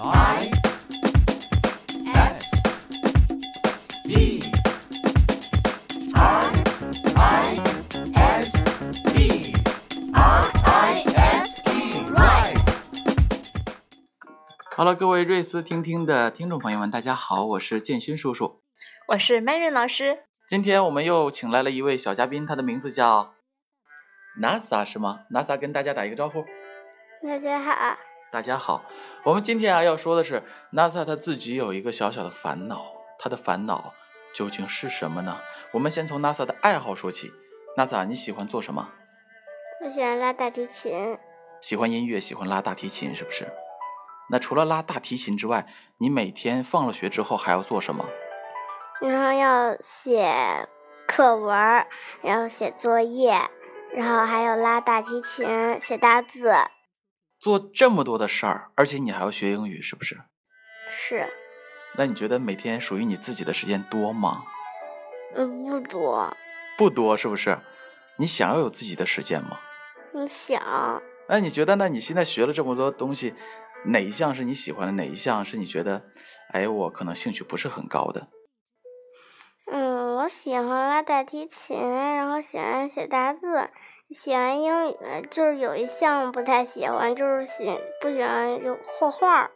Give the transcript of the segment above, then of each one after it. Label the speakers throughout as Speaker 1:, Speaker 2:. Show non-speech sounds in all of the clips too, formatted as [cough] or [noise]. Speaker 1: I S B I I S B R I S E rise.
Speaker 2: Hello，各位瑞思听听的听众朋友们，大家好，我是建勋叔叔。
Speaker 3: 我是 Mary 老师，
Speaker 2: 今天我们又请来了一位小嘉宾，他的名字叫 NASA 是吗？NASA 跟大家打一个招呼。
Speaker 3: 大家好。
Speaker 2: 大家好，我们今天啊要说的是 NASA 他自己有一个小小的烦恼，他的烦恼究竟是什么呢？我们先从 NASA 的爱好说起。NASA 你喜欢做什么？
Speaker 4: 我喜欢拉大提琴，
Speaker 2: 喜欢音乐，喜欢拉大提琴，是不是？那除了拉大提琴之外，你每天放了学之后还要做什么？
Speaker 4: 然后要写课文儿，然后写作业，然后还有拉大提琴、写大字。
Speaker 2: 做这么多的事儿，而且你还要学英语，是不是？
Speaker 4: 是，
Speaker 2: 那你觉得每天属于你自己的时间多吗？
Speaker 4: 嗯，不多。
Speaker 2: 不多，是不是？你想要有自己的时间吗？
Speaker 4: 你想，
Speaker 2: 那你觉得呢？你现在学了这么多东西，哪一项是你喜欢的？哪一项是你觉得，哎，我可能兴趣不是很高的？
Speaker 4: 嗯，我喜欢拉大提琴，然后喜欢写大字，喜欢英语，就是有一项不太喜欢，就是喜不喜欢就画画儿。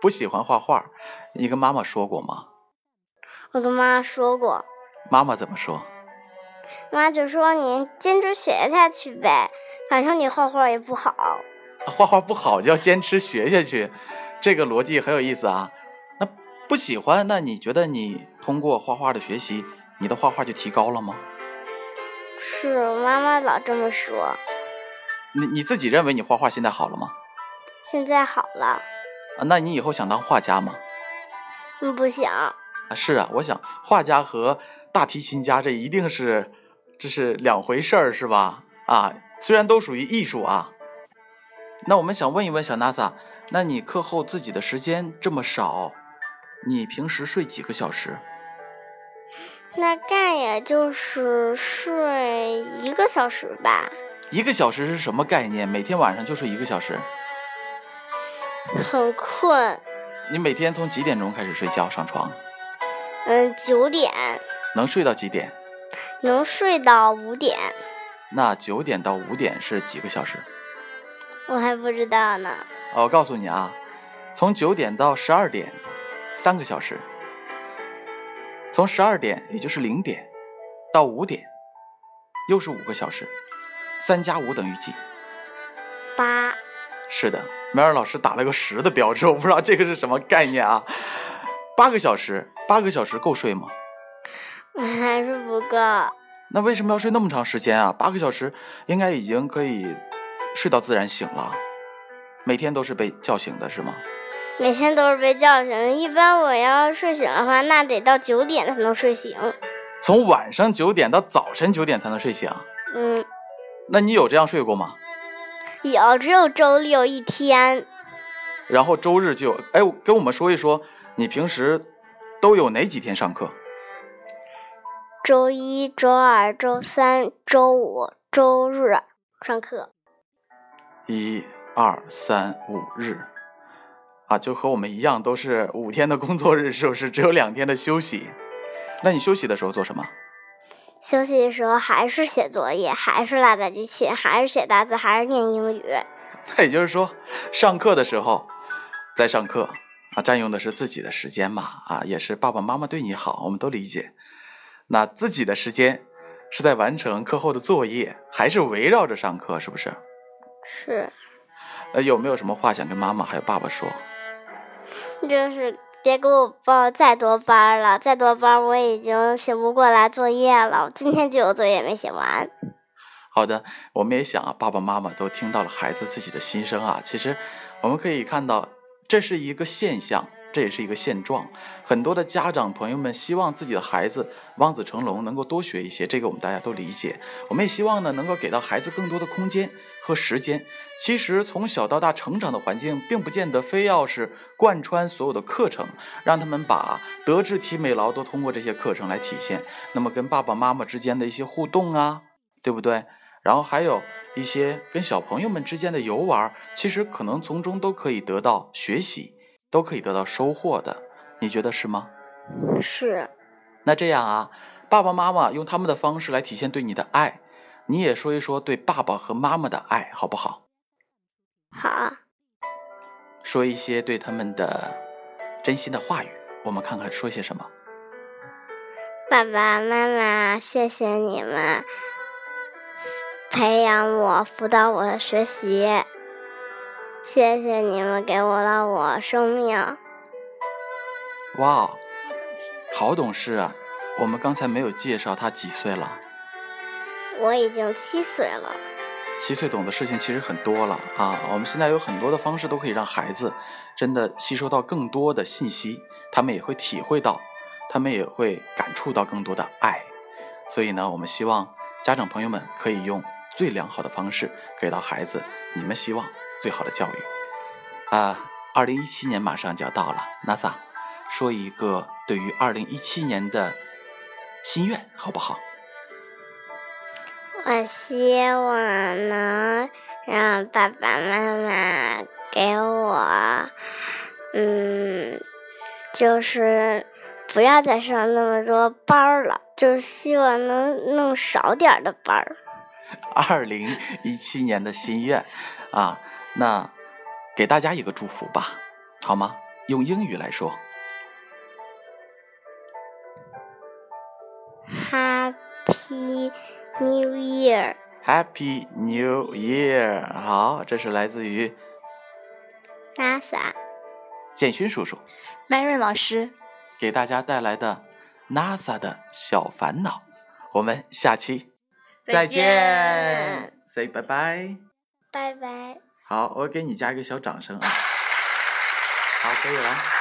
Speaker 2: 不喜欢画画，你跟妈妈说过吗？
Speaker 4: 我跟妈说过，
Speaker 2: 妈妈怎么说？啊
Speaker 4: 妈就说你坚持学下去呗，反正你画画也不好。
Speaker 2: 画画不好就要坚持学下去，这个逻辑很有意思啊。那不喜欢，那你觉得你通过画画的学习，你的画画就提高了吗？
Speaker 4: 是我妈妈老这么说，
Speaker 2: 你你自己认为你画画现在好了吗？
Speaker 4: 现在好了，
Speaker 2: 啊，那你以后想当画家吗？
Speaker 4: 嗯，不想。
Speaker 2: 啊，是啊，我想画家和大提琴家这一定是这是两回事儿，是吧？啊，虽然都属于艺术啊。那我们想问一问小 NASA，那你课后自己的时间这么少，你平时睡几个小时？
Speaker 4: 那概也就是睡一个小时吧，
Speaker 2: 一个小时是什么概念？每天晚上就睡一个小时？
Speaker 4: 很困。
Speaker 2: 你每天从几点钟开始睡觉上床？
Speaker 4: 嗯，九点
Speaker 2: 能睡到几点？
Speaker 4: 能睡到五点，
Speaker 2: 那九点到五点是几个小时？
Speaker 4: 我还不知道呢。
Speaker 2: 我告诉你啊，从九点到十二点，三个小时；从十二点，也就是零点，到五点，又是五个小时。三加五等于几？
Speaker 4: 八，
Speaker 2: 是的，梅尔老师打了个十的标志，我不知道这个是什么概念啊。八个小时，八个小时够睡吗？
Speaker 4: 我还是不够。
Speaker 2: 那为什么要睡那么长时间啊？八个小时应该已经可以睡到自然醒了，每天都是被叫醒的是吗？
Speaker 4: 每天都是被叫醒，一般我要睡醒的话，那得到九点才能睡醒。
Speaker 2: 从晚上九点到早晨九点才能睡醒，啊
Speaker 4: 嗯，
Speaker 2: 那你有这样睡过吗？
Speaker 4: 有只有周六一天，
Speaker 2: 然后周日就有，哎，跟我们说一说，你平时都有哪几天上课？
Speaker 4: 周一、周二、周三、周五、周日上课。
Speaker 2: 一、二、三、五日，啊，就和我们一样，都是五天的工作日，是不是？只有两天的休息。那你休息的时候做什么？ [laughs]
Speaker 4: 休息的时候还是写作业，还是拉大提琴，还是写大字，还是念英语。
Speaker 2: 那也就是说，上课的时候在上课啊，占用的是自己的时间嘛，啊，也是爸爸妈妈对你好，我们都理解。那自己的时间是在完成课后的作业，还是围绕着上课？是不是？
Speaker 4: 是，
Speaker 2: 呃，有没有什么话想跟妈妈还有爸爸说？
Speaker 4: 就是别给我报再多班了，再多班我已经写不过来作业了。我今天就有作业没写完。
Speaker 2: 好的，我们也想啊，爸爸妈妈都听到了孩子自己的心声啊。其实我们可以看到，这是一个现象，这也是一个现状。很多的家长朋友们希望自己的孩子望子成龙，能够多学一些，这个我们大家都理解。我们也希望呢，能够给到孩子更多的空间和时间。其实从小到大成长的环境，并不见得非要是贯穿所有的课程，让他们把德智体美劳都通过这些课程来体现。那么跟爸爸妈妈之间的一些互动啊，对不对？然后还有一些跟小朋友们之间的游玩，其实可能从中都可以得到学习，都可以得到收获的。你觉得是吗？
Speaker 4: 是，
Speaker 2: 那这样啊，爸爸妈妈用他们的方式来体现对你的爱，你也说一说对爸爸和妈妈的爱，好不好？
Speaker 4: 好，
Speaker 2: 说一些对他们的真心的话语，我们看看说些什么。
Speaker 4: 爸爸妈妈，谢谢你们培养我、辅导我学习，谢谢你们给我了我生命。
Speaker 2: 哇，好懂事啊！我们刚才没有介绍他几岁了，
Speaker 4: 我已经七岁了，
Speaker 2: 七岁懂的事情其实很多了啊。我们现在有很多的方式都可以让孩子真的吸收到更多的信息，他们也会体会到，他们也会感触到更多的爱。所以呢，我们希望家长朋友们可以用最良好的方式给到孩子你们希望最好的教育。啊，二零一七年马上就要到了，NASA。说一个对于二零一七年的心愿，好不好？
Speaker 4: 我希望能让爸爸妈妈给我，嗯，就是不要再上那么多班儿了，就希望能弄少点儿的班儿。
Speaker 2: 二零一七年的心愿啊，那给大家一个祝福吧，好吗？用英语来说。
Speaker 4: Happy New Year！
Speaker 2: Happy New Year！好，这是来自于
Speaker 4: NASA，
Speaker 2: 建勋叔叔
Speaker 3: Mary 老师，
Speaker 2: 给大家带来的 NASA 的小烦恼。我们下期
Speaker 3: 再
Speaker 2: 见，say 拜拜。
Speaker 4: 拜拜。
Speaker 2: 好，我给你加一个小掌声啊！好，可以了。